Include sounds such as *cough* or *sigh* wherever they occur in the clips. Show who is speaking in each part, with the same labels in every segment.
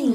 Speaker 1: 迎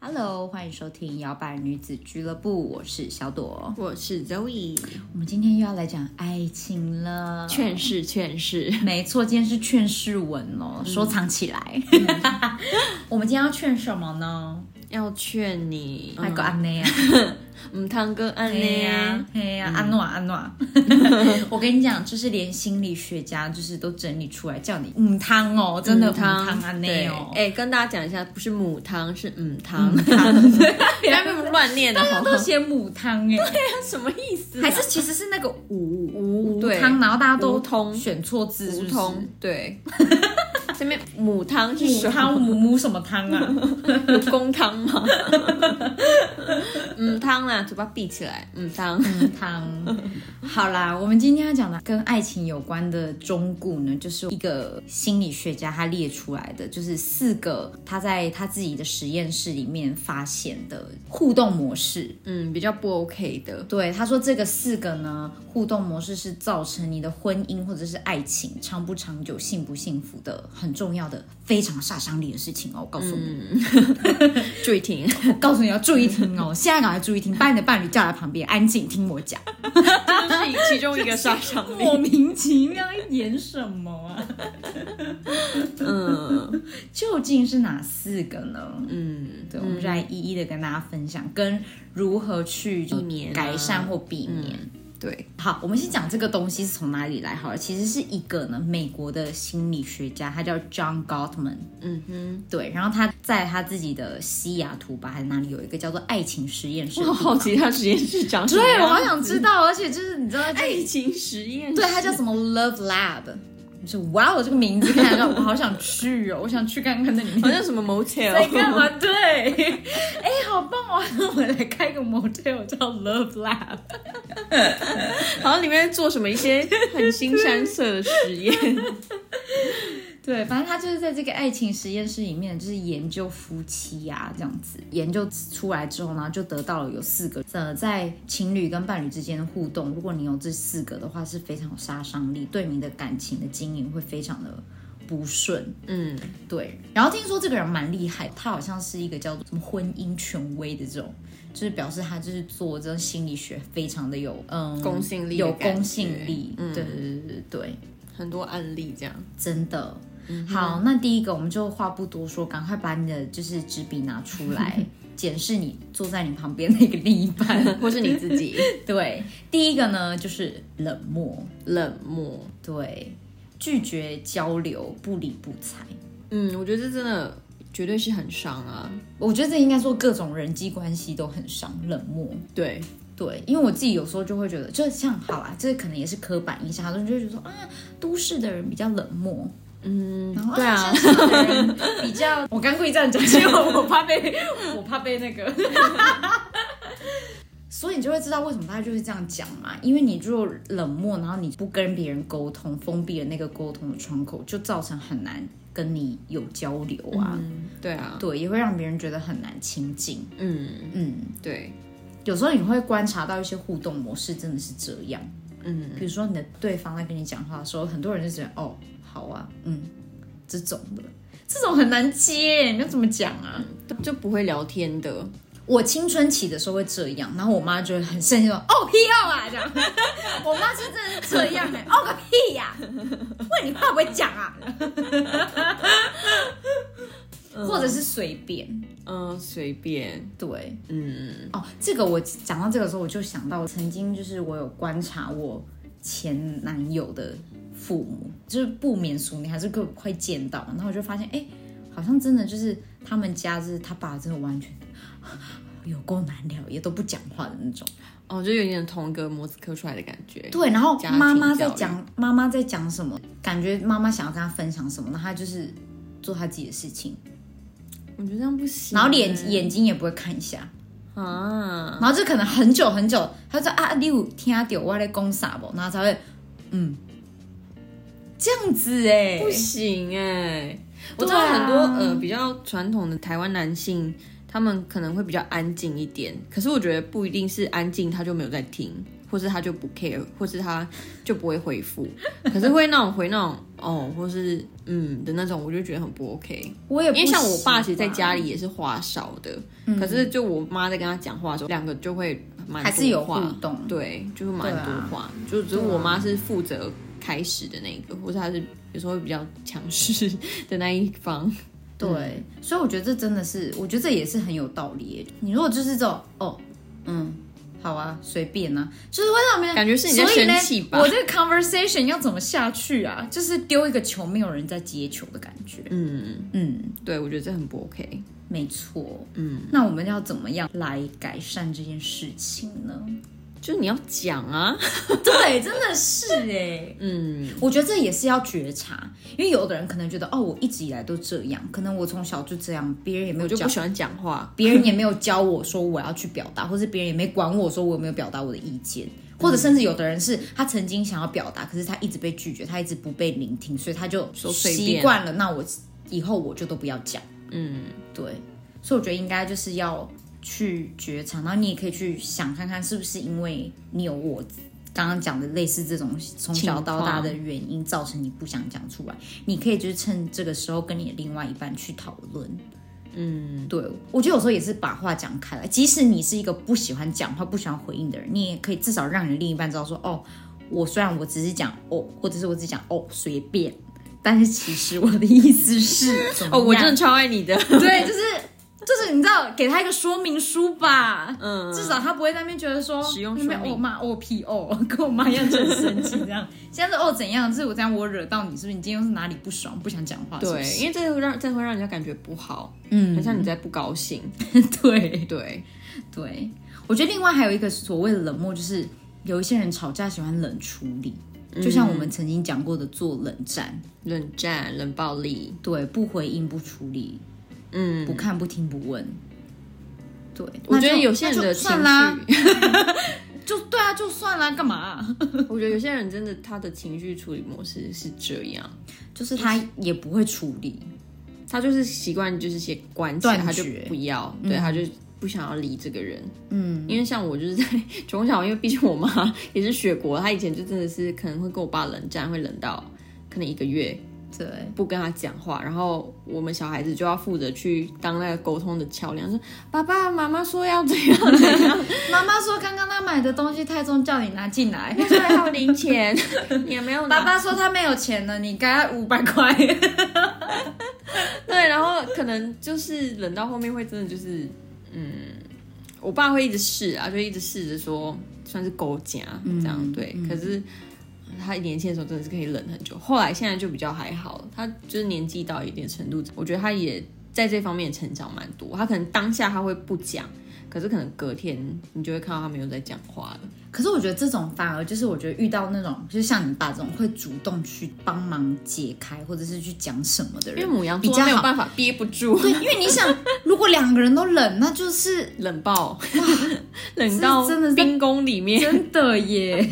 Speaker 2: Hello，欢迎收听摇摆女子俱乐部，我是小朵。
Speaker 3: 我是 Zoe，
Speaker 2: 我们今天又要来讲爱情了，
Speaker 3: 劝世劝世，
Speaker 2: 没错，今天是劝世文哦，收藏起来。嗯 *laughs* 我们今天要劝什么呢？
Speaker 3: *laughs* 要劝你，
Speaker 2: 那个安内啊，
Speaker 3: 嗯，汤哥安
Speaker 2: 嘿
Speaker 3: 利
Speaker 2: 呀，嘿呀，安诺安 *laughs* 诺。我跟你讲，就是连心理学家就是都整理出来，叫你母汤哦，真的母汤安内哦，
Speaker 3: 哎，跟大家讲一下，不是母汤，是母汤，
Speaker 2: 母汤，
Speaker 3: *laughs* 不要那么乱 *laughs* 念的好不
Speaker 2: 哎都
Speaker 3: 好？
Speaker 2: 写母 *laughs* 汤哎。
Speaker 3: 什么意思啊？
Speaker 2: 还是其实是那个无无
Speaker 3: 对
Speaker 2: 汤，然后大家都
Speaker 3: 无通
Speaker 2: 选错字是
Speaker 3: 母
Speaker 2: 不是，
Speaker 3: 通？ *laughs* 对，这边母汤是
Speaker 2: 母
Speaker 3: 什么？
Speaker 2: 汤母母什么汤啊？
Speaker 3: 有公汤吗？ *laughs* 母汤啦，嘴巴闭起来，母汤。
Speaker 2: 母汤。好啦，我们今天要讲的跟爱情有关的忠固呢，就是一个心理学家他列出来的，就是四个他在他自己的实验室里面发现的互动模式。
Speaker 3: 嗯，比较不 OK 的，
Speaker 2: 对，他说这个四个呢互动模式是造成你的婚姻或者是爱情长不长久、幸不幸福的很重要的、非常杀伤力的事情哦。我告诉你，
Speaker 3: 注意听，
Speaker 2: 我 *laughs* 告诉你要注意听哦，现在赶快注意听，把你的伴侣叫来旁边，安静听我讲。
Speaker 3: *laughs* 这是其中一个杀伤力。
Speaker 2: 莫名其妙演什么啊？
Speaker 3: 嗯
Speaker 2: *laughs* 究竟是哪四个呢？
Speaker 3: *laughs* 嗯，
Speaker 2: 对，我们就来一一的跟大家分享，跟如何去
Speaker 3: 避免啊嗯
Speaker 2: 改善或避免。
Speaker 3: 对，
Speaker 2: 好，我们先讲这个东西是从哪里来好了。其实是一个呢，美国的心理学家，他叫 John Gottman。
Speaker 3: 嗯哼，
Speaker 2: 对，然后他在他自己的西雅图吧还是哪里有一个叫做爱情实验室的
Speaker 3: 我
Speaker 2: 地
Speaker 3: 好
Speaker 2: 方。
Speaker 3: 奇他实验室长什么
Speaker 2: 对，我
Speaker 3: 样
Speaker 2: 好想知道，而且就是你知道这
Speaker 3: 爱情实验室，
Speaker 2: 对，它叫什么 Love Lab。我说哇哦，这个名字看到我好想去哦，我想去看看那里
Speaker 3: 好
Speaker 2: 面
Speaker 3: 像什么 motel，
Speaker 2: 在干 *laughs* 嘛。对，哎、好棒哦！我们来开个 motel 叫 Love Lab。
Speaker 3: 好像里面做什么一些很腥膻色的实验，
Speaker 2: 对，反正他就是在这个爱情实验室里面，就是研究夫妻呀、这样子。研究出来之后呢，就得到了有四个，呃，在情侣跟伴侣之间的互动，如果你有这四个的话，是非常有杀伤力，对你的感情的经营会非常的不顺。
Speaker 3: *laughs* 嗯，
Speaker 2: 对，然后听说这个人蛮厉害，他好像是一个叫做什么婚姻权威的这种，就是表示他就是做这种心理学非常的有嗯
Speaker 3: 公信力的
Speaker 2: 有
Speaker 3: 感觉
Speaker 2: 公信力，
Speaker 3: 嗯
Speaker 2: 对对对对对，
Speaker 3: 很多案例这样，
Speaker 2: 真的。
Speaker 3: 嗯
Speaker 2: 好，那第一个我们就话不多说，赶快把你的就是纸笔拿出
Speaker 3: *laughs*
Speaker 2: 来，检视你坐在你旁边那个另一半。
Speaker 3: *laughs* 或是你自己 *laughs*
Speaker 2: 对，第一个呢就是冷漠，
Speaker 3: 冷漠，
Speaker 2: 对，拒绝交流，不理不睬。
Speaker 3: 嗯，我觉得这真的绝对是很伤啊，
Speaker 2: 我觉得这应该说各种人际关系都很伤，冷漠。
Speaker 3: 对，
Speaker 2: 对，因为我自己有时候就会觉得，就像好啦，这可能也是刻板印象，很多人就会觉得说啊，都市的人比较冷漠，
Speaker 3: 嗯
Speaker 2: 然后，
Speaker 3: 对啊，
Speaker 2: 乡下的人 *laughs* 比较。我刚故意这样讲，因为我怕被我怕被那个。所以你就会知道为什么他就会这样讲嘛，因为你如果冷漠，然后你不跟别人沟通，封闭了那个沟通的窗口，就造成很难跟你有交流啊。
Speaker 3: 嗯，对啊，
Speaker 2: 对，也会让别人觉得很难亲近。
Speaker 3: 嗯，
Speaker 2: 嗯，
Speaker 3: 对，
Speaker 2: 有时候你会观察到一些互动模式真的是这样，
Speaker 3: 嗯，
Speaker 2: 比如说你的对方在跟你讲话的时候，很多人就觉得哦，好啊，嗯，这种的，这种很难接，你要怎么讲啊？
Speaker 3: 就不会聊天的，
Speaker 2: 我青春期的时候会这样，然后我妈就会很生气说：“哦屁哦啊！”这样， *laughs* 我妈是真的是这样哎、哦个屁呀、问你话不会讲 *laughs* 啊？或者是随便，
Speaker 3: 嗯，随便，
Speaker 2: 对，
Speaker 3: 嗯，
Speaker 2: 哦，这个我讲到这个时候，我就想到曾经就是我有观察我前男友的父母，就是不免俗，你还是会会见到，然后我就发现，哎，好像真的就是他们家就是他爸真的完全有够难聊，也都不讲话的那种。
Speaker 3: 哦，就有点同一个模子刻出来的感觉，
Speaker 2: 对，然后
Speaker 3: 家庭
Speaker 2: 妈妈在
Speaker 3: 教育
Speaker 2: 讲妈妈在讲什么，感觉妈妈想要跟他分享什么，那他就是做他自己的事情，
Speaker 3: 我觉得这样不行欸，
Speaker 2: 然后脸眼睛也不会看一下。
Speaker 3: 啊，
Speaker 2: 然后就可能很久很久，他就说啊，你有听到我在讲啥不？然后才会，嗯，这样子哎、
Speaker 3: 不行哎、我知
Speaker 2: 对
Speaker 3: 道
Speaker 2: 啊
Speaker 3: 很多、呃比较传统的台湾男性，他们可能会比较安静一点，可是我觉得不一定是安静，他就没有在听，或是他就不 care，或是他就不会
Speaker 2: *laughs*
Speaker 3: 回复，可是会那种回那种哦，或是嗯的那种，我就觉得很不 OK。
Speaker 2: 我也不
Speaker 3: 因为像我爸其实
Speaker 2: 习
Speaker 3: 在
Speaker 2: 惯嗯
Speaker 3: 家里也是话少的，可是就我妈在跟他讲话的时候，两个就会蛮
Speaker 2: 还是有
Speaker 3: 多话
Speaker 2: 互动
Speaker 3: 对，就是蛮
Speaker 2: 对啊
Speaker 3: 多话，就只是我妈是负责开始的那个，或者她是有时候会比较强势的那一方，嗯
Speaker 2: 对，所以我觉得这真的是，我觉得这也是很有道理耶。你如果就是这种哦，嗯，好啊，随便啊，就是会让别人
Speaker 3: 感觉是你在
Speaker 2: 所以呢
Speaker 3: 生气吧
Speaker 2: 我这个 conversation 要怎么下去啊？就是丢一个球，没有人在接球的感觉。
Speaker 3: 嗯，
Speaker 2: 嗯，
Speaker 3: 对，我觉得这很不 OK，
Speaker 2: 没错。
Speaker 3: 嗯，
Speaker 2: 那我们要怎么样来改善这件事情呢？
Speaker 3: 就是你要讲啊，
Speaker 2: 对，真的是哎。
Speaker 3: 嗯，
Speaker 2: 我觉得这也是要觉察，因为有的人可能觉得哦，我一直以来都这样，可能我从小就这样，别人也没
Speaker 3: 我
Speaker 2: 有
Speaker 3: 就
Speaker 2: 教
Speaker 3: 不喜欢讲话，
Speaker 2: 别人也没有教我说我要去表达，或是别人也没管我说我有没有表达我的意见，或者甚至有的人是他曾经想要表达，可是他一直被拒绝，他一直不被聆听，所以他就
Speaker 3: 说随便
Speaker 2: 习惯了。那我以后我就都不要讲，
Speaker 3: 嗯，
Speaker 2: 对，所以我觉得应该就是要去觉察，然后你也可以去想看看是不是因为你有我。刚刚讲的类似这种从小到大的原因，造成你不想讲出来，你可以就是趁这个时候跟你的另外一半去讨论，对，我觉得有时候也是把话讲开来。即使你是一个不喜欢讲话、不喜欢回应的人，你也可以至少让你的另一半知道说，哦，我虽然我只是讲哦，或者是我只讲哦随便，但是其实我的意思
Speaker 3: *laughs*
Speaker 2: 是怎么
Speaker 3: 哦，我真的
Speaker 2: 样
Speaker 3: 超爱 *laughs* 你的，
Speaker 2: 对，就是就是你知道，给他一个说明书吧，
Speaker 3: 嗯，
Speaker 2: 至少他不会在那边觉得说，
Speaker 3: 使用
Speaker 2: 那边
Speaker 3: 说明
Speaker 2: 哦骂哦屁哦， *laughs* 跟我妈一样就很生气这样。现在是哦怎样，是我这样我惹到你，是不是？你今天又是哪里不爽，不想讲话？是不
Speaker 3: 对，
Speaker 2: 是
Speaker 3: 因为这会让这会让人家感觉不好，很
Speaker 2: 嗯，
Speaker 3: 像你在不高兴，
Speaker 2: *laughs* 对。
Speaker 3: 对，
Speaker 2: 对，我觉得另外还有一个所谓的冷漠，就是有一些人吵架喜欢冷处理，
Speaker 3: 嗯
Speaker 2: 就像我们曾经讲过的做冷战，
Speaker 3: 冷战、冷暴力，
Speaker 2: 对，不回应、不处理、
Speaker 3: 嗯，
Speaker 2: 不看、不听、不问。对，
Speaker 3: 我
Speaker 2: 那
Speaker 3: 觉得
Speaker 2: 就
Speaker 3: 有些人
Speaker 2: 那就
Speaker 3: 的情
Speaker 2: 算啦，
Speaker 3: 绪，
Speaker 2: 就对啊，就算啦，干嘛 *laughs* 啊、
Speaker 3: *laughs* 我觉得有些人真的他的情绪处理模式是这样，
Speaker 2: 就是他也不会处理，
Speaker 3: 他就是习惯就是些关起来，
Speaker 2: 断
Speaker 3: 他就
Speaker 2: 绝嗯
Speaker 3: 不要，对，他就不想要理这个人。嗯， *laughs* 因为像我就是在从小，因为毕竟我妈也是学国，她以前就真的是可能会跟我爸冷战，会冷到可能一个月
Speaker 2: 对。
Speaker 3: 不跟他讲话，然后我们小孩子就要负责去当那个沟通的桥梁，说爸爸妈妈说要怎样 *laughs* 怎样，
Speaker 2: 妈妈说刚刚她买的东西太重，叫你拿进
Speaker 3: *laughs*
Speaker 2: 来。
Speaker 3: 对，还有零钱也没有拿
Speaker 2: 爸爸说他没有钱了，你给他五百块。
Speaker 3: *laughs* 对，然后可能就是冷到后面会真的就是，嗯，我爸会一直试啊，就一直试着说算是勾夹这样、
Speaker 2: 嗯
Speaker 3: 对，可是。他年轻的时候真的是可以冷很久，后来现在就比较还好。他就是年纪到一定程度，我觉得他也在这方面成长蛮多。他可能当下他会不讲，可是可能隔天你就会看到他没有在讲话了。
Speaker 2: 可是我觉得这种反而就是我觉得遇到那种就是像你爸这种会主动去帮忙解开或者是去讲什么的
Speaker 3: 因为
Speaker 2: 人，
Speaker 3: 母羊
Speaker 2: 比
Speaker 3: 座
Speaker 2: 较
Speaker 3: 没有
Speaker 2: 好
Speaker 3: 办法憋不住，
Speaker 2: 对，因为你想，如果两个人都冷，那就是
Speaker 3: *laughs*
Speaker 2: *laughs*
Speaker 3: 冷爆，冷到
Speaker 2: 真的是
Speaker 3: 冰宫里面。
Speaker 2: 真的 *laughs* 耶。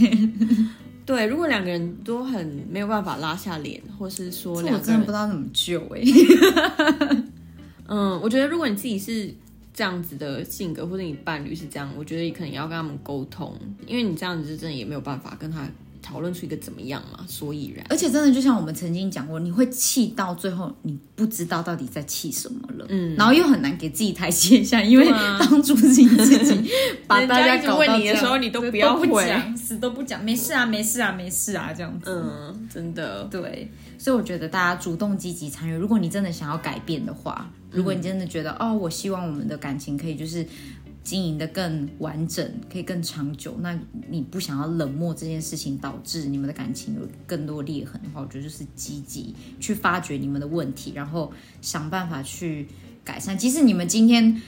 Speaker 3: 对，如果两个人都很没有办法拉下脸，或是说
Speaker 2: 这我
Speaker 3: 两个
Speaker 2: 真的不知，
Speaker 3: 人
Speaker 2: 道怎么救
Speaker 3: *laughs*
Speaker 2: 哎。
Speaker 3: 嗯，我觉得如果你自己是这样子的性格，或者你伴侣是这样，我觉得你可能要跟他们沟通，因为你这样子就真的也没有办法跟他讨论出一个怎么样嘛，所以然。
Speaker 2: 而且真的就像我们曾经讲过，你会气到最后，你不知道到底在气什么了。嗯，然后又很难给自己台阶下，因
Speaker 3: *laughs*
Speaker 2: 为当初是你自己把
Speaker 3: 人
Speaker 2: 啊大家
Speaker 3: 家一直
Speaker 2: 搞到
Speaker 3: 问你
Speaker 2: 这
Speaker 3: 的
Speaker 2: 样
Speaker 3: 时候你都
Speaker 2: 对
Speaker 3: 不要
Speaker 2: 不
Speaker 3: 回
Speaker 2: 讲，死都不讲，没事啊，没事啊，没事啊，这样子。
Speaker 3: 嗯，真的，
Speaker 2: 对，所以我觉得大家主动积极参与。如果你真的想要改变的话，如果你真的觉得、哦，我希望我们的感情可以就是经营的更完整，可以更长久，那你不想要冷漠这件事情导致你们的感情有更多裂痕的话，我觉得就是积极去发掘你们的问题，然后想办法去改善。即使你们今天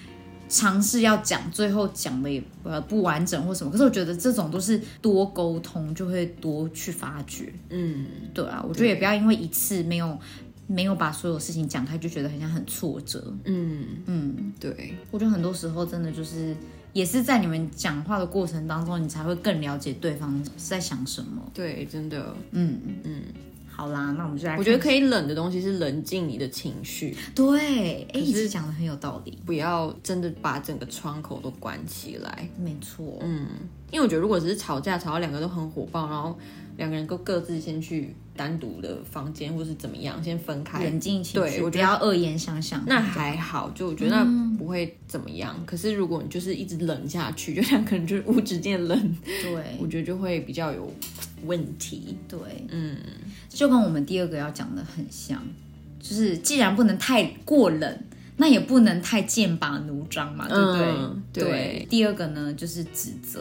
Speaker 2: 尝试要讲，最后讲的也呃不完整或什么，可是我觉得这种都是多沟通就会多去发掘。
Speaker 3: 嗯，
Speaker 2: 对啊，我觉得也不要因为一次没有没有把所有事情讲开，就觉得很像很挫折。
Speaker 3: 嗯，
Speaker 2: 嗯，
Speaker 3: 对，
Speaker 2: 我觉得很多时候真的就是也是在你们讲话的过程当中，你才会更了解对方在想什么。
Speaker 3: 对，真的，
Speaker 2: 嗯嗯，好啦，那我们就来看，
Speaker 3: 我觉得可以冷的东西是冷静你的情绪，
Speaker 2: 对，哎，
Speaker 3: 是
Speaker 2: 你是讲的很有道理，
Speaker 3: 不要真的把整个窗口都关起来。
Speaker 2: 没错，
Speaker 3: 嗯，因为我觉得如果只是吵架，吵到两个都很火爆，然后两个人都各自先去单独的房间，或是怎么样，先分开，
Speaker 2: 冷静情绪，
Speaker 3: 对我
Speaker 2: 不
Speaker 3: 觉得
Speaker 2: 要恶言相向，
Speaker 3: 那还好，就我觉得那不会怎么样。可是如果你就是一直冷下去，就两个人就是无止境地冷，
Speaker 2: 对
Speaker 3: 我觉得就会比较有问题。
Speaker 2: 对，
Speaker 3: 嗯，
Speaker 2: 就跟我们第二个要讲的很像，就是既然不能太过冷，那也不能太剑拔弩张嘛，对不对？
Speaker 3: 嗯对
Speaker 2: 第二个呢，就是指责。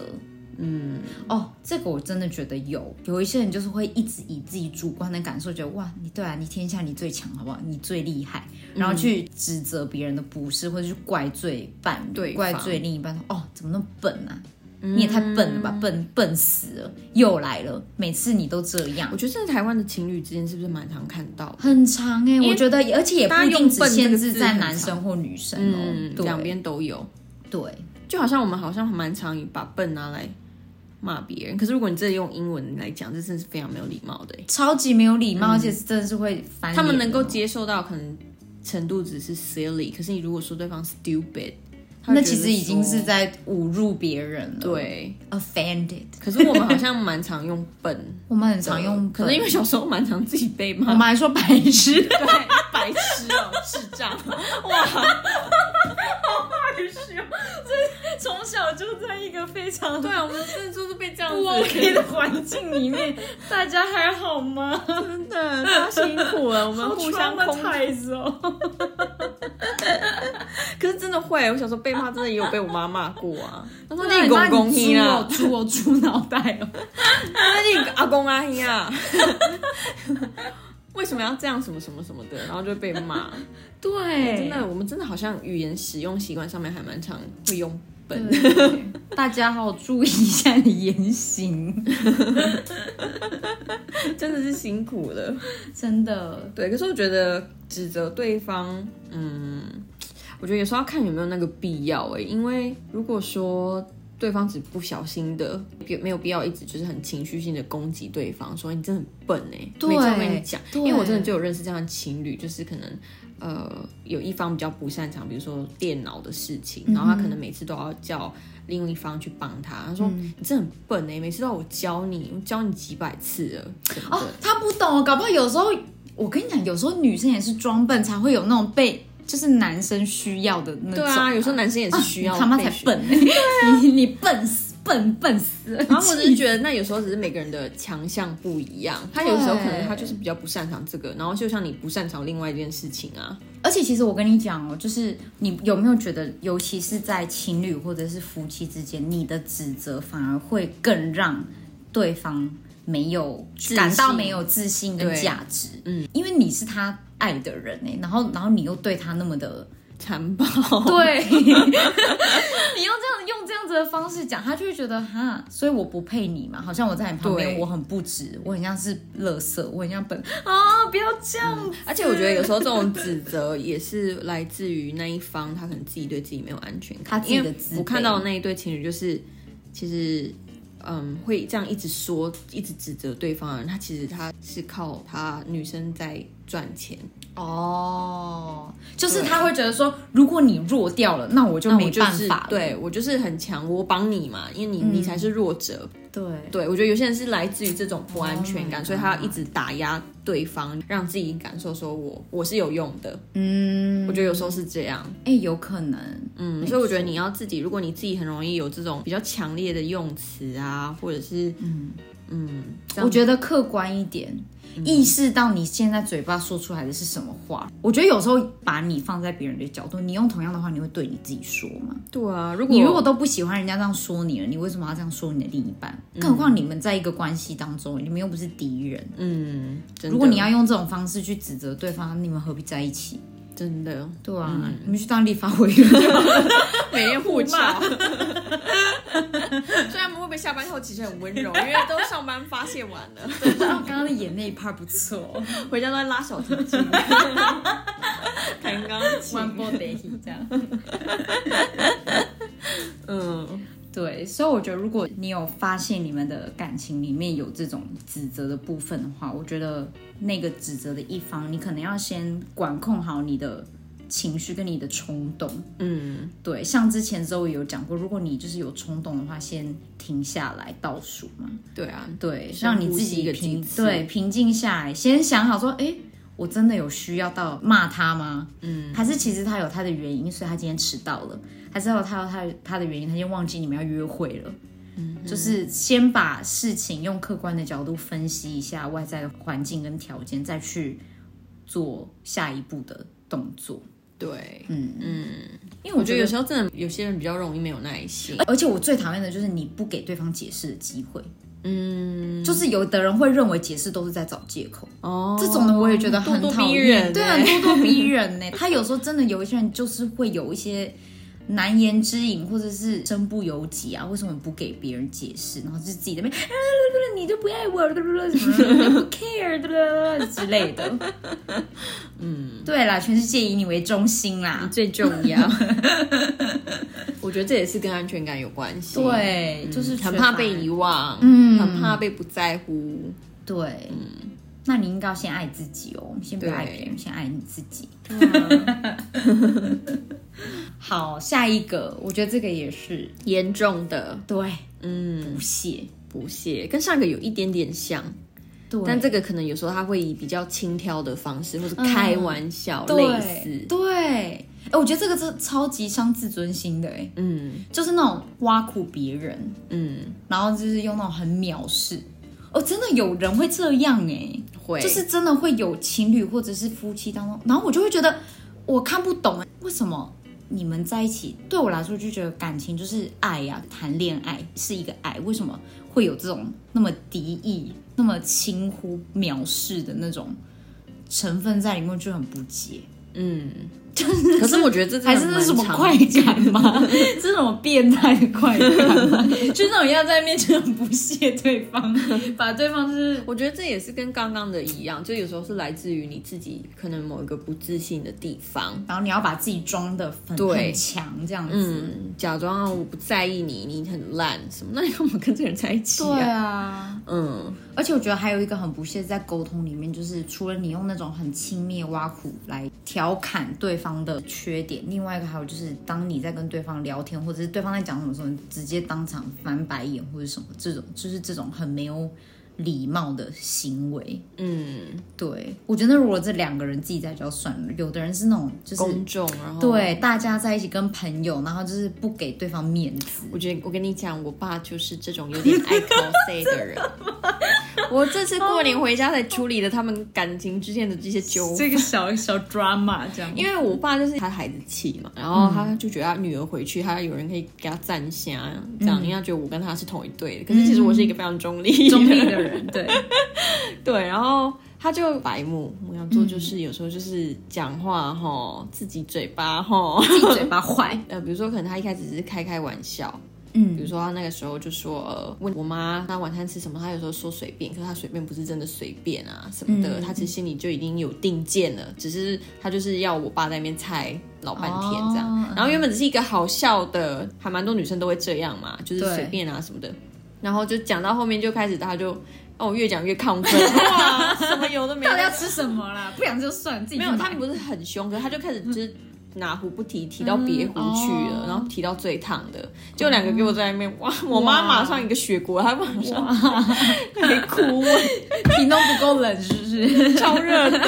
Speaker 3: 嗯，
Speaker 2: 哦，这个我真的觉得有，有一些人就是会一直以自己主观的感受，觉得哇，你对啊，你天下你最强，好不好？你最厉害，然后去指责别人的不是，或者去怪罪伴侣
Speaker 3: 对
Speaker 2: 怪
Speaker 3: 方嗯
Speaker 2: 罪另一半，哦，怎么那么笨啊？你也太笨了吧，笨笨死了，又来了，每次你都这样
Speaker 3: 我，觉得在台湾的情侣之间是不是蛮常看到的？
Speaker 2: 很长哎、
Speaker 3: 为
Speaker 2: 我觉得，而且也不
Speaker 3: 大家
Speaker 2: 一定
Speaker 3: 用
Speaker 2: 只
Speaker 3: 笨这
Speaker 2: 限
Speaker 3: 个
Speaker 2: 制
Speaker 3: 字
Speaker 2: 在
Speaker 3: 很
Speaker 2: 男
Speaker 3: 长
Speaker 2: 生或女生哦，
Speaker 3: 嗯，
Speaker 2: 对
Speaker 3: 两边都有。
Speaker 2: 对，
Speaker 3: 就好像我们好像蛮常把笨拿来骂别人，可是如果你真的用英文来讲，这真是非常没有礼貌的欸。
Speaker 2: 超级没有礼貌，而且是真的是会翻
Speaker 3: 他们
Speaker 2: 脸
Speaker 3: 能够
Speaker 2: 哦
Speaker 3: 接受到可能程度只是 silly，可是你如果说对方 stupid，他会
Speaker 2: 那
Speaker 3: 觉
Speaker 2: 其
Speaker 3: 得
Speaker 2: 实已经是
Speaker 3: 说
Speaker 2: 在侮辱别人了。
Speaker 3: 对。
Speaker 2: ，offended。
Speaker 3: 可是我们好像蛮常用笨 *laughs* 的，
Speaker 2: *laughs* 我们很常用，
Speaker 3: 可能因为小时候蛮常自己被
Speaker 2: 我
Speaker 3: 骂
Speaker 2: 们，还说白痴，
Speaker 3: *laughs* 对，白痴哦，智障，哇，哦
Speaker 2: 从小就在一个非常
Speaker 3: *laughs* 对啊，我们真的就是被这样子
Speaker 2: 不 OK 的环境里 *laughs* 面，大家还好吗？
Speaker 3: 真的，大家辛苦了，我们互相空。
Speaker 2: 太哦。
Speaker 3: 可是真的会，我小时候被骂，真的也有被我妈骂过 *laughs* 啊。她说
Speaker 2: 那
Speaker 3: 你
Speaker 2: 你
Speaker 3: 公公
Speaker 2: 猪
Speaker 3: 你
Speaker 2: 哦
Speaker 3: 啊，，
Speaker 2: 猪哦，猪脑袋哦。
Speaker 3: *laughs* 那你阿公阿姨啊， *laughs* 为什么要这样什么什么什么的，然后就被骂。
Speaker 2: 对，
Speaker 3: 真的，我们真的好像语言使用习惯上面还蛮常会用笨。
Speaker 2: *laughs* 大家好，注意一下你的言行， *laughs*
Speaker 3: 真的是辛苦了。
Speaker 2: 真的。
Speaker 3: 对，可是我觉得指责对方，嗯，我觉得有时候要看有没有那个必要哎、因为如果说对方只不小心的，也没有必要一直就是很情绪性的攻击对方，说你真的很笨哎、
Speaker 2: 对
Speaker 3: 每次我跟你讲，
Speaker 2: 对
Speaker 3: 因为我真的就有认识这样的情侣，就是可能。呃，有一方比较不擅长，比如说电脑的事情，然后他
Speaker 2: 嗯
Speaker 3: 可能每次都要叫另一方去帮他。他说：“你真的很笨哎、每次都要我教你，我教你几百次了。”
Speaker 2: 哦，他不懂哦，搞不好有时候，我跟你讲，有时候女生也是装笨，才会有那种被就是男生需要的那种。
Speaker 3: 对啊，有时候男生也是需要、
Speaker 2: 你他妈才。笨、 *laughs* 你你笨死笨笨死了。
Speaker 3: 然后我只是觉得，那有时候只是每个人的强项不一样，他有时候可能他就是比较不擅长这个，然后就像你不擅长另外一件事情啊，
Speaker 2: 而且其实我跟你讲哦，就是你有没有觉得，尤其是在情侣或者是夫妻之间，你的指责反而会更让对方没有
Speaker 3: 自信
Speaker 2: 感到没有自信跟
Speaker 3: 对
Speaker 2: 价值。
Speaker 3: 嗯，
Speaker 2: 因为你是他爱的人哎、然后然后你又对他那么 *laughs* 的
Speaker 3: 残暴。
Speaker 2: 对， *laughs* 你用这样用这样子的方式讲，他就会觉得哈，所以我不配你嘛，好像我在你旁边
Speaker 3: 对
Speaker 2: 我很不值，我很像是垃圾，我很像本啊，不要这样子。
Speaker 3: *laughs* 而且我觉得有时候这种指责也是来自于那一方，他可能自己对自己没有安全
Speaker 2: 他
Speaker 3: 感。
Speaker 2: 自己的
Speaker 3: 因为
Speaker 2: 自卑
Speaker 3: 我看到的那一对情侣就是，其实，嗯，会这样一直说、一直指责对方的人，他其实他是靠他女生在赚钱，
Speaker 2: 哦，就是
Speaker 3: 对
Speaker 2: 他会觉得说，如果你弱掉了，那我就
Speaker 3: 那
Speaker 2: 没
Speaker 3: 我就
Speaker 2: 办
Speaker 3: 是
Speaker 2: 法了。
Speaker 3: 对我就是很强，我帮你嘛，因为你、你才是弱者。
Speaker 2: 对
Speaker 3: 对我觉得有些人是来自于这种不安全感，所以他一直打压对方，让自己感受说我我是有用的。
Speaker 2: 嗯，
Speaker 3: 我觉得有时候是这样，
Speaker 2: 哎、有可能，
Speaker 3: 嗯，所以我觉得你要自己，如果你自己很容易有这种比较强烈的用词啊，或者是嗯嗯，这样
Speaker 2: 我觉得客观一点，意识到你现在嘴巴说出来的是什么话。我觉得有时候把你放在别人的角度，你用同样的话，你会对你自己说吗？
Speaker 3: 对啊，如果
Speaker 2: 你如果都不喜欢人家这样说你了，你为什么要这样说你的另一半？更何况你们在一个关系当中，你们又不是敌人。
Speaker 3: 嗯，真的
Speaker 2: 如果你要用这种方式去指责对方，你们何必在一起？
Speaker 3: 真的
Speaker 2: 对啊，你们去当立法委员就好了。
Speaker 3: *laughs* 每天互骂。 *laughs* 虽然他们会不会下班后其实很温柔，因为都上班发泄完了，
Speaker 2: 刚刚的演那一 part 不错，
Speaker 3: 回家都在拉小提琴，弹钢琴。
Speaker 2: 波得一这样。
Speaker 3: 嗯，
Speaker 2: 对，所以我觉得，如果你有发现你们的感情里面有这种指责的部分的话，我觉得那个指责的一方，你可能要先管控好你的情绪跟你的冲动。
Speaker 3: 嗯，
Speaker 2: 对，像之前周有讲过，如果你就是有冲动的话，先停下来倒数嘛，
Speaker 3: 对啊，
Speaker 2: 对，
Speaker 3: 深
Speaker 2: 让你
Speaker 3: 呼
Speaker 2: 自
Speaker 3: 吸个
Speaker 2: 己
Speaker 3: 几
Speaker 2: 平
Speaker 3: 次
Speaker 2: 对平静下来，先想好说，哎，我真的有需要到骂他吗？
Speaker 3: 嗯，
Speaker 2: 还是其实他有他的原因，所以他今天迟到了，还是有他有他他的原因，他今天忘记你们要约会了。嗯，就是先把事情用客观的角度分析一下外在的环境跟条件，再去做下一步的动作。
Speaker 3: 对，
Speaker 2: 嗯嗯，因为
Speaker 3: 我
Speaker 2: 我
Speaker 3: 觉
Speaker 2: 觉
Speaker 3: 得
Speaker 2: 得
Speaker 3: 有时候真的有些人比较容易没有耐心。
Speaker 2: 而且我最讨厌的就是你不给对方解释的机会，
Speaker 3: 嗯，
Speaker 2: 就是有的人会认为解释都是在找借口，
Speaker 3: 哦，
Speaker 2: 这种的我也觉得很
Speaker 3: 咄咄
Speaker 2: 讨
Speaker 3: 逼
Speaker 2: 厌，
Speaker 3: 人
Speaker 2: 对啊，
Speaker 3: 欸
Speaker 2: 咄咄
Speaker 3: *laughs*
Speaker 2: 逼人呢、他有时候真的有一些人就是会有一些难言之隐，或者是身不由己啊，为什么不给别人解释，然后就自己在那边，啊你就不爱我，什么你不 care 之类的，
Speaker 3: *laughs*
Speaker 2: 嗯，对啦，全世界以你为中心啦，
Speaker 3: 最重要。 *laughs* 我觉得这也是跟安全感有关系。，
Speaker 2: 对，就是
Speaker 3: 嗯很
Speaker 2: 缺
Speaker 3: 怕
Speaker 2: 乏
Speaker 3: 被遗忘，
Speaker 2: 嗯
Speaker 3: 很怕被不在乎。
Speaker 2: 对，
Speaker 3: 嗯
Speaker 2: 那你应该要先爱自己哦，先不要爱别人，先爱你自己。啊好，下一个，我觉得这个也是
Speaker 3: *laughs* 严重的，
Speaker 2: 对
Speaker 3: 嗯
Speaker 2: 不，屑，
Speaker 3: 不屑，跟上一个有一点点像，
Speaker 2: 对，嗯
Speaker 3: 但这个可能有时候他会以比较轻佻的方式，或者开玩笑、类
Speaker 2: 对
Speaker 3: 似，
Speaker 2: 对，哎、我觉得这个真的超级伤自尊心的，哎，
Speaker 3: 嗯
Speaker 2: 就是那种挖苦别人，
Speaker 3: 嗯，
Speaker 2: 然后就是用那种很藐视，哦，真的有人会这样哎，
Speaker 3: 会
Speaker 2: 就是真的会有情侣或者是夫妻当中，然后我就会觉得我看不懂为什么你们在一起，对我来说就觉得感情就是爱呀、谈恋爱是一个爱，为什么会有这种那么敌意、那么轻忽、藐视的那种成分在里面，我就很不解。
Speaker 3: 嗯，可是我觉得这真的
Speaker 2: 还是那
Speaker 3: 蛮
Speaker 2: 什么
Speaker 3: 常
Speaker 2: 快感吗？ *laughs* 是那种变态的快感
Speaker 3: *laughs*
Speaker 2: 吗？就是那种要在面前很不屑对方，把对方就是
Speaker 3: 我觉得这也是跟刚刚的一样，就有时候是来自于你自己可能某一个不自信的地方，
Speaker 2: 然后你要把自己装的很
Speaker 3: 对
Speaker 2: 很强这样子。
Speaker 3: 嗯，假装啊我不在意你，你很烂什么，那你干嘛跟这个人在一起
Speaker 2: 对
Speaker 3: 啊？
Speaker 2: 啊，
Speaker 3: 嗯，
Speaker 2: 而且我觉得还有一个很不屑在沟通里面，就是除了你用那种很轻蔑、挖苦来调侃对方的缺点，另外一个还有就是，当你在跟对方聊天，或者是对方在讲什么时候，你直接当场翻白眼或者什么这种，就是这种很没有礼貌的行为。
Speaker 3: 嗯，
Speaker 2: 对我觉得，如果这两个人自己在就算了，有的人是那种就是
Speaker 3: 公众，然后，
Speaker 2: 对大家在一起跟朋友，然后就是不给对方面子。
Speaker 3: 我觉得我跟你讲，我爸就是这种有点爱 cos
Speaker 2: *laughs*
Speaker 3: 的人。我这次过
Speaker 2: 哦
Speaker 3: 年回家才处理了他们感情之间的这些纠纷。
Speaker 2: 个小 *laughs* 小 drama 这样
Speaker 3: 因为我爸就是他孩子气嘛，然后他就觉得他女儿回去，他有人可以给他站下，这样，因为他觉得我跟他是同一队的。可是其实我是一个非常中立、
Speaker 2: 嗯中立的人，对，
Speaker 3: 对，然后他就白目，母羊座就是有时候就是讲话吼，自己嘴巴吼，
Speaker 2: 自己嘴巴
Speaker 3: *laughs*
Speaker 2: 坏，
Speaker 3: 呃，比如说可能他一开始只是开开玩笑，比
Speaker 2: 嗯，
Speaker 3: 如说他那个时候就说，呃，问我妈那晚餐吃什么，他有时候说随便，可是他随便不是真的随便啊什么的，
Speaker 2: 嗯
Speaker 3: 他其实心里就已经有定见了，只是他就是要我爸在那边猜老半天这样。
Speaker 2: 哦
Speaker 3: 然后原本只是一个好笑的，还蛮多女生都会这样嘛，就是
Speaker 2: 对
Speaker 3: 随便啊什么的。然后就讲到后面就开始，他就哦越讲越亢奋， *laughs* 哇，什么有的没
Speaker 2: 到底要
Speaker 3: 的，
Speaker 2: 吃什么啦？不想就算，自己
Speaker 3: 没
Speaker 2: 去
Speaker 3: 有，
Speaker 2: 买
Speaker 3: 他们不是很凶，可是他就开始就是哪壶不提，提到别壶去了，
Speaker 2: 嗯哦
Speaker 3: 然后提到最烫的，就两个给我在那边，哇，我妈马上一个血锅，她马上没哭，
Speaker 2: 屏东不够冷是不是？
Speaker 3: 超
Speaker 2: *laughs*
Speaker 3: 热的，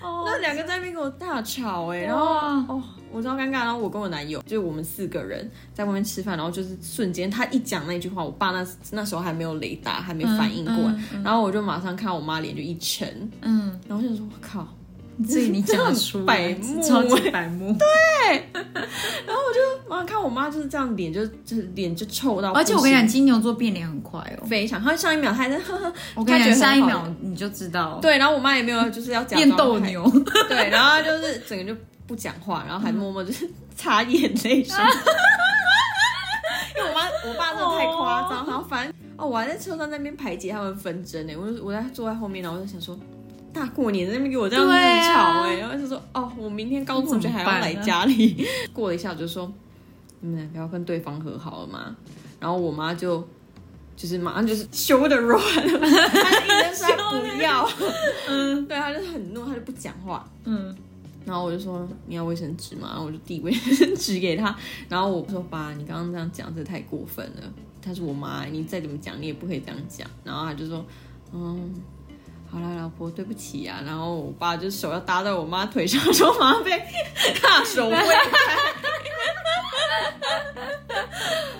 Speaker 3: 那两个在那边跟我大吵哎、然后
Speaker 2: 哦哇
Speaker 3: 哦，我超尴尬，然后我跟我男友，就是我们四个人在外面吃饭，然后就是瞬间他一讲那句话，我爸那那时候还没有雷达，还没反应过来，
Speaker 2: 嗯
Speaker 3: 然后我就马上看到我妈脸就一沉，
Speaker 2: 嗯，
Speaker 3: 然后我就说我靠。
Speaker 2: 这个你讲得出来，
Speaker 3: *laughs* 百目
Speaker 2: 超级百
Speaker 3: *laughs*
Speaker 2: 目，对。
Speaker 3: 然啊后看我妈就是这样，脸就就是脸就臭到不行，
Speaker 2: 而且我跟你讲，金牛座变脸很快哦。
Speaker 3: 非常，她上一秒她还在 *laughs* 呵呵，
Speaker 2: 我跟你讲，
Speaker 3: 她觉得
Speaker 2: 下
Speaker 3: 很
Speaker 2: 一
Speaker 3: 好
Speaker 2: 秒你就知道，，
Speaker 3: 对，然后我妈也没有就是要假
Speaker 2: 变
Speaker 3: 装
Speaker 2: 斗
Speaker 3: 害
Speaker 2: 牛，
Speaker 3: *laughs* 对，然后她就是整个就不讲话，然后还默默就是 *laughs* 擦眼泪什么的。 *laughs* 因为我妈我爸真的太夸张，然后反正哦，我还在车上那边排解他们纷争欸呢，我就我在坐在后面，然后我就想说。大过年在那边给我这样子欸
Speaker 2: 对啊
Speaker 3: *laughs* 吵哎、然后就说哦，我明天高中同学还要来家里。过了一下，我就说你们两个要跟对方和好了吗？然后我妈就就是马上就是羞的软，她就一直说她不 *laughs* 要，嗯，对，她就很怒，她就不讲话，
Speaker 2: 嗯，
Speaker 3: 然后我就说你要卫生纸吗？然后我就递卫生纸给她，然后我说爸，你刚刚这样讲这太过分了，她是我妈，你再怎么讲你也不可以这样讲，然后她就说嗯。好啦，老婆，对不起啊。然后我爸就手要搭到我妈腿上，说妈被大手挥开。 *laughs*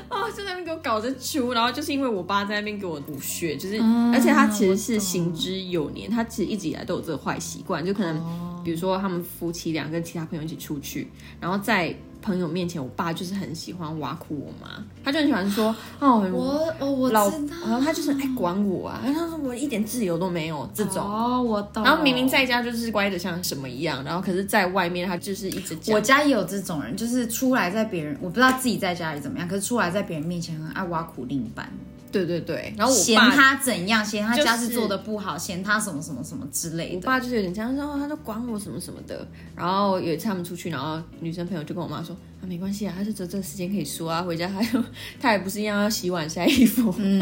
Speaker 3: 哦，就在那边给我搞着出，然后就是因为我爸在那边给我补血，就是、
Speaker 2: 啊
Speaker 3: 而且他其实
Speaker 2: 我
Speaker 3: 是
Speaker 2: 懂
Speaker 3: 行之有年，他其实一直以来都有这个坏习惯，就可能、比如说他们夫妻俩跟其他朋友一起出去，然后在朋友面前，我爸就是很喜欢挖苦我妈，他就很喜欢说哦，
Speaker 2: *laughs* 我哦，我
Speaker 3: 老，
Speaker 2: 知道
Speaker 3: 然后他就是爱管我啊，然后他说我一点自由都没有这种。
Speaker 2: 哦，我懂。
Speaker 3: 然后明明在家就是乖的像什么一样，然后可是在外面他就是一直讲
Speaker 2: 我家也有这种人，就是出来在别人，我不知道自己在家里怎么样，可是出来在别人面前很爱挖苦另一半，
Speaker 3: 对对对，然后我
Speaker 2: 嫌
Speaker 3: 爸
Speaker 2: 他怎样，嫌他家
Speaker 3: 就是
Speaker 2: 事做的不好，嫌他什么什么什么之类
Speaker 3: 我
Speaker 2: 的。
Speaker 3: 爸就是有点这样，然后他就管我什么什么的。然后有一次他们出去，然后女生朋友就跟我妈说：“啊，没关系啊，他就只有这个时间可以说啊，回家他又他还不是一样要洗碗、晒衣服。” *laughs* 嗯，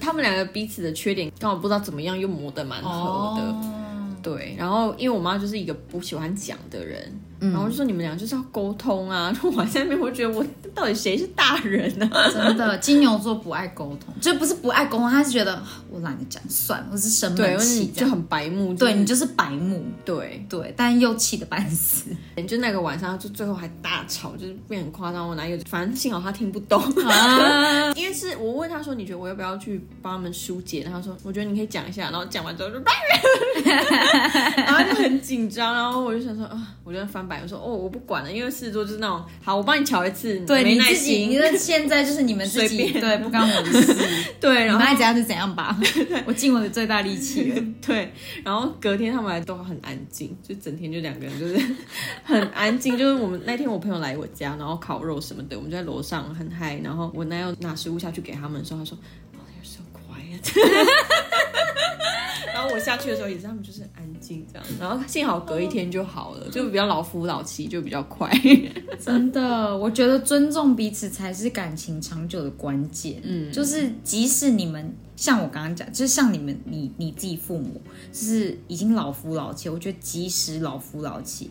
Speaker 3: 他们两个彼此的缺点刚好不知道怎么样又磨得蛮合的。对，然后因为我妈就是一个不喜欢讲的人，然后就说你们俩就是要沟通啊。 *laughs* 然后我还在那边，我就觉得我到底谁是大人呢、
Speaker 2: 真的，金牛座不爱沟通，就不是不爱沟通，他是觉得啊我懒得讲，算了，我是生
Speaker 3: 对，
Speaker 2: 闷
Speaker 3: 你
Speaker 2: 气这
Speaker 3: 就
Speaker 2: 样。
Speaker 3: 很白目，
Speaker 2: 对你就是白目，
Speaker 3: 对。
Speaker 2: 对，但又气得半
Speaker 3: *laughs*
Speaker 2: 死。
Speaker 3: 就那个晚上，就最后还大吵，就是变很夸张。我男友反正幸好他听不懂，因为是我问他说你觉得我要不要去帮他们疏解，然后他说我觉得你可以讲一下，然后讲完之后就 *laughs* 然后就很紧张，然后我就想说啊，我就翻白眼我说哦我不管了，因为狮子座就是那种好我帮你瞧一次，
Speaker 2: 对，
Speaker 3: 没
Speaker 2: 你
Speaker 3: 耐
Speaker 2: 自己，
Speaker 3: 心
Speaker 2: 你，的现在就是你们自己，
Speaker 3: 随便
Speaker 2: 对，不关我的事。
Speaker 3: 对，
Speaker 2: 你
Speaker 3: *laughs* 然
Speaker 2: 们
Speaker 3: 后
Speaker 2: 爱怎样就怎样吧， *laughs* 我尽我的最大力气了。
Speaker 3: *laughs* 对，然后隔天他们还都很安静，就整天就两个人就是 *laughs* 很安静。就是我们那天我朋友来我家，然后烤肉什么的，我们就在楼上很嗨。然后我男友拿食物下去给他们的时候，他说：“Oh, they're so quiet。”然后我下去的时候也是，他们就是安静这样。然后幸好隔一天就好了，就比较老夫老妻，就比较快。 *laughs*
Speaker 2: 真的，我觉得尊重彼此才是感情长久的关键。嗯，就是即使你们像我刚刚讲，就是像你们你你自己父母，就是已经老夫老妻，我觉得即使老夫老妻，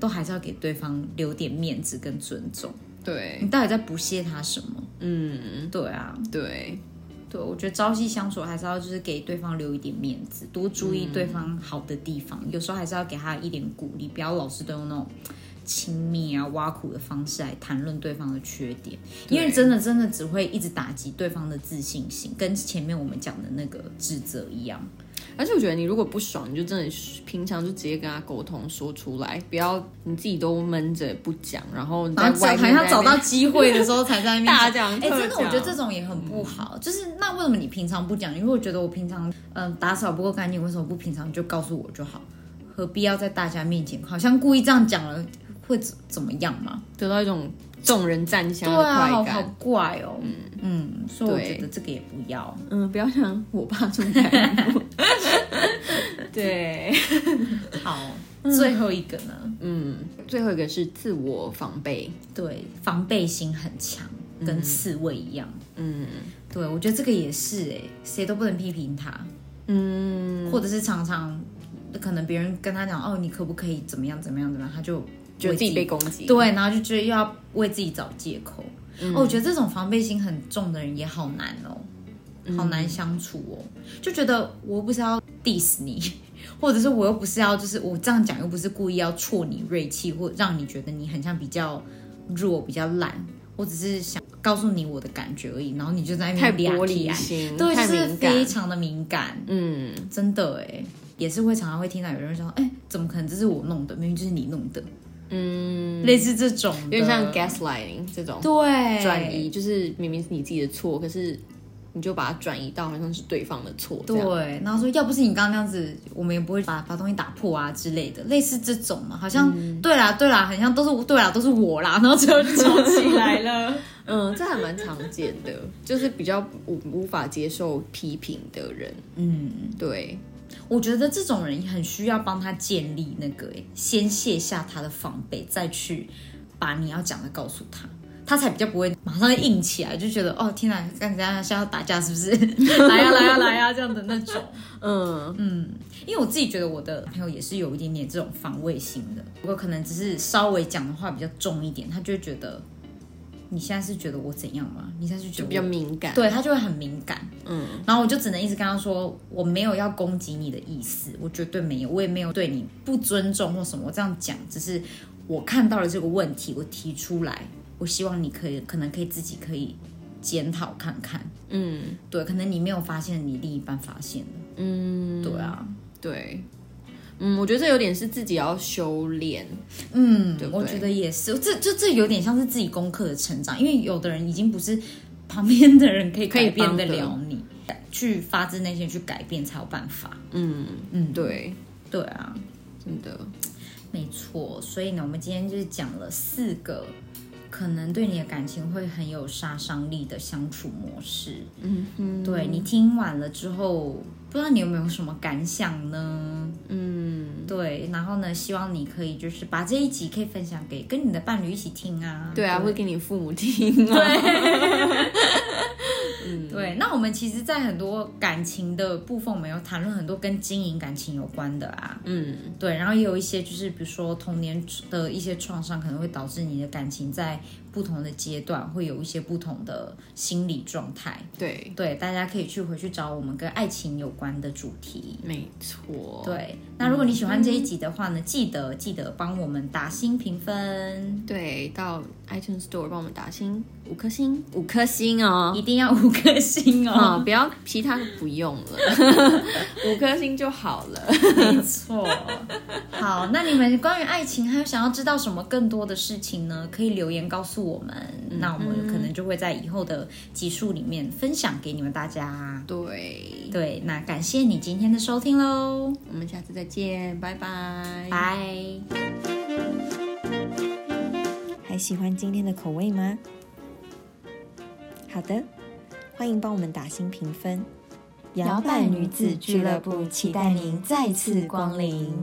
Speaker 2: 都还是要给对方留点面子跟尊重。
Speaker 3: 对，
Speaker 2: 你到底在不屑他什么？
Speaker 3: 嗯，
Speaker 2: 对啊，
Speaker 3: 对，
Speaker 2: 对，我觉得朝夕相处还是要就是给对方留一点面子，多注意对方好的地方，有时候还是要给他一点鼓励，不要老是都用那种亲密啊、挖苦的方式来谈论对方的缺点，因为
Speaker 3: 对
Speaker 2: 真的真的只会一直打击对方的自信心，跟前面我们讲的那个指责一样。
Speaker 3: 而且我觉得你如果不爽，你就真的平常就直接跟他沟通说出来，不要你自己都闷着不讲，然后你在
Speaker 2: 然后
Speaker 3: 外
Speaker 2: 找
Speaker 3: 面
Speaker 2: 还要找
Speaker 3: 在那
Speaker 2: 到
Speaker 3: 边
Speaker 2: 机会的时候才在那
Speaker 3: *laughs*
Speaker 2: 边
Speaker 3: 大讲
Speaker 2: 哎、
Speaker 3: 特
Speaker 2: 真的，我觉得
Speaker 3: 讲嗯
Speaker 2: 这种也很不好。就是那为什么你平常不讲？因为我觉得我平常嗯、呃打扫不够干净，为什么不平常就告诉我就好？何必要在大家面前好像故意这样讲了会怎怎么样嘛？
Speaker 3: 得到一种众人赞香
Speaker 2: 对
Speaker 3: 的快
Speaker 2: 啊，好
Speaker 3: 感。
Speaker 2: 好怪哦。嗯嗯，所以我觉
Speaker 3: 对
Speaker 2: 得这个也不要。
Speaker 3: 嗯，不要像我爸这么白
Speaker 2: *laughs*
Speaker 3: 目。 *laughs* 对，
Speaker 2: 好， *laughs* 最后一个呢，
Speaker 3: 嗯，最后一个是自我防备。
Speaker 2: 对防备心很强，跟刺猬一样。
Speaker 3: 嗯
Speaker 2: 对我觉得这个也是哎、谁都不能批评他。
Speaker 3: 嗯，
Speaker 2: 或者是常常可能别人跟他讲哦，你可不可以怎么样怎么样怎么样，他就
Speaker 3: 觉得
Speaker 2: 为
Speaker 3: 自己被攻击。
Speaker 2: 对，然后就觉得又要为自己找借口。
Speaker 3: 嗯
Speaker 2: 哦，我觉得这种防备心很重的人也好难哦，好
Speaker 3: 嗯
Speaker 2: 难相处哦，就觉得我又不是要 diss 你，或者是我又不是要就是我这样讲又不是故意要挫你锐气，或让你觉得你很像比较弱、比较懒，我只是想告诉你我的感觉而已，然后你就在那
Speaker 3: 太
Speaker 2: 边
Speaker 3: 玻
Speaker 2: 俩起
Speaker 3: 璃
Speaker 2: 来，
Speaker 3: 心，
Speaker 2: 对，就
Speaker 3: 太
Speaker 2: 是非
Speaker 3: 敏感。
Speaker 2: 常的敏感。
Speaker 3: 嗯，
Speaker 2: 真的哎，也是会常常会听到有人说，哎、怎么可能这是我弄的？明明就是你弄的，嗯，类似这种的，
Speaker 3: 有点像 gaslighting 这种
Speaker 2: 对
Speaker 3: 转移，就是明明是你自己的错，可是你就把它转移到好像是对方的错这样。
Speaker 2: 对，然后说要不是你刚刚那样子，我们也不会把把东西打破啊之类的，类似这种嘛，好像、
Speaker 3: 嗯
Speaker 2: 对啦对啦，好像都是对啦都是我啦，然后最后就吵起来了。
Speaker 3: 嗯，这还蛮常见的，就是比较无无法接受批评的人。嗯，对，
Speaker 2: 我觉得这种人很需要帮他建立那个，欸先卸下他的防备，再去把你要讲的告诉他。他才比较不会马上硬起来，就觉得哦天哪，干这样是要打架是不 *laughs* 是？来呀来呀来呀这样的那种。
Speaker 3: 嗯，
Speaker 2: 嗯，因为我自己觉得我的朋友也是有一点点这种防卫心的，不过可能只是稍微讲的话比较重一点，他就会觉得你现在是觉得我怎样吗？你现在是觉
Speaker 3: 就
Speaker 2: 得
Speaker 3: 比较
Speaker 2: 我
Speaker 3: 敏感。，
Speaker 2: 对他就会很敏感，
Speaker 3: 嗯，
Speaker 2: 然后我就只能一直跟他说，我没有要攻击你的意思，我绝对没有，我也没有对你不尊重或什么。我这样讲，只是我看到了这个问题，我提出来，我希望你可以，可能可以自己可以检讨看看。
Speaker 3: 嗯，
Speaker 2: 对，可能你没有发现，你另一半发现了。嗯，对啊，
Speaker 3: 对，嗯，我觉得这有点是自己要修炼。
Speaker 2: 嗯，
Speaker 3: 对不
Speaker 2: 我
Speaker 3: 对
Speaker 2: 觉得也是，这就这有点像是自己功课的成长，因为有的人已经不是旁边的人可以
Speaker 3: 可以
Speaker 2: 改变
Speaker 3: 帮
Speaker 2: 得
Speaker 3: 的
Speaker 2: 了你，去发自内心去改变才有办法。
Speaker 3: 嗯，
Speaker 2: 嗯，
Speaker 3: 对，
Speaker 2: 对啊，
Speaker 3: 真的，
Speaker 2: 没错，所以呢，我们今天就是讲了四个可能对你的感情会很有杀伤力的相处模式。
Speaker 3: 嗯哼，
Speaker 2: 对你听完了之后，不知道你有没有什么感想呢？
Speaker 3: 嗯，
Speaker 2: 对，然后呢，希望你可以就是把这一集可以分享给跟你的伴侣一起听啊。
Speaker 3: 对啊，会给你父母听啊。
Speaker 2: 对，那我们其实，在很多感情的部分，我们有谈论很多跟经营感情有关的啊。
Speaker 3: *laughs* 嗯，
Speaker 2: 对，然后也有一些就是，比如说童年的一些创伤，可能会导致你的感情在不同的阶段会有一些不同的心理状态。
Speaker 3: 对，
Speaker 2: 对，大家可以去回去找我们跟爱情有关的主题。
Speaker 3: 没错。，
Speaker 2: 对，那如果你喜欢这一集的话呢，记得记得帮我们打新评分，
Speaker 3: 对，到 iTunes Store 帮我们打星五颗星，五颗星哦。
Speaker 2: 一定要五颗星
Speaker 3: 啊、
Speaker 2: 哦。
Speaker 3: 不要其他的不用 *laughs* 了，五颗星就好了。
Speaker 2: *laughs* 没错。好，那你们关于爱情还有想要知道什么更多的事情呢？可以留言告诉我们，那我们可能就会在以后的集数里面分享给你们大家。
Speaker 3: 对，
Speaker 2: 对，那感谢你今天的收听喽，
Speaker 3: 我们下次再见，拜拜。
Speaker 2: 拜。
Speaker 1: 还喜欢今天的口味吗？好的，欢迎帮我们打新评分。摇摆女子俱乐部期待您再次光临。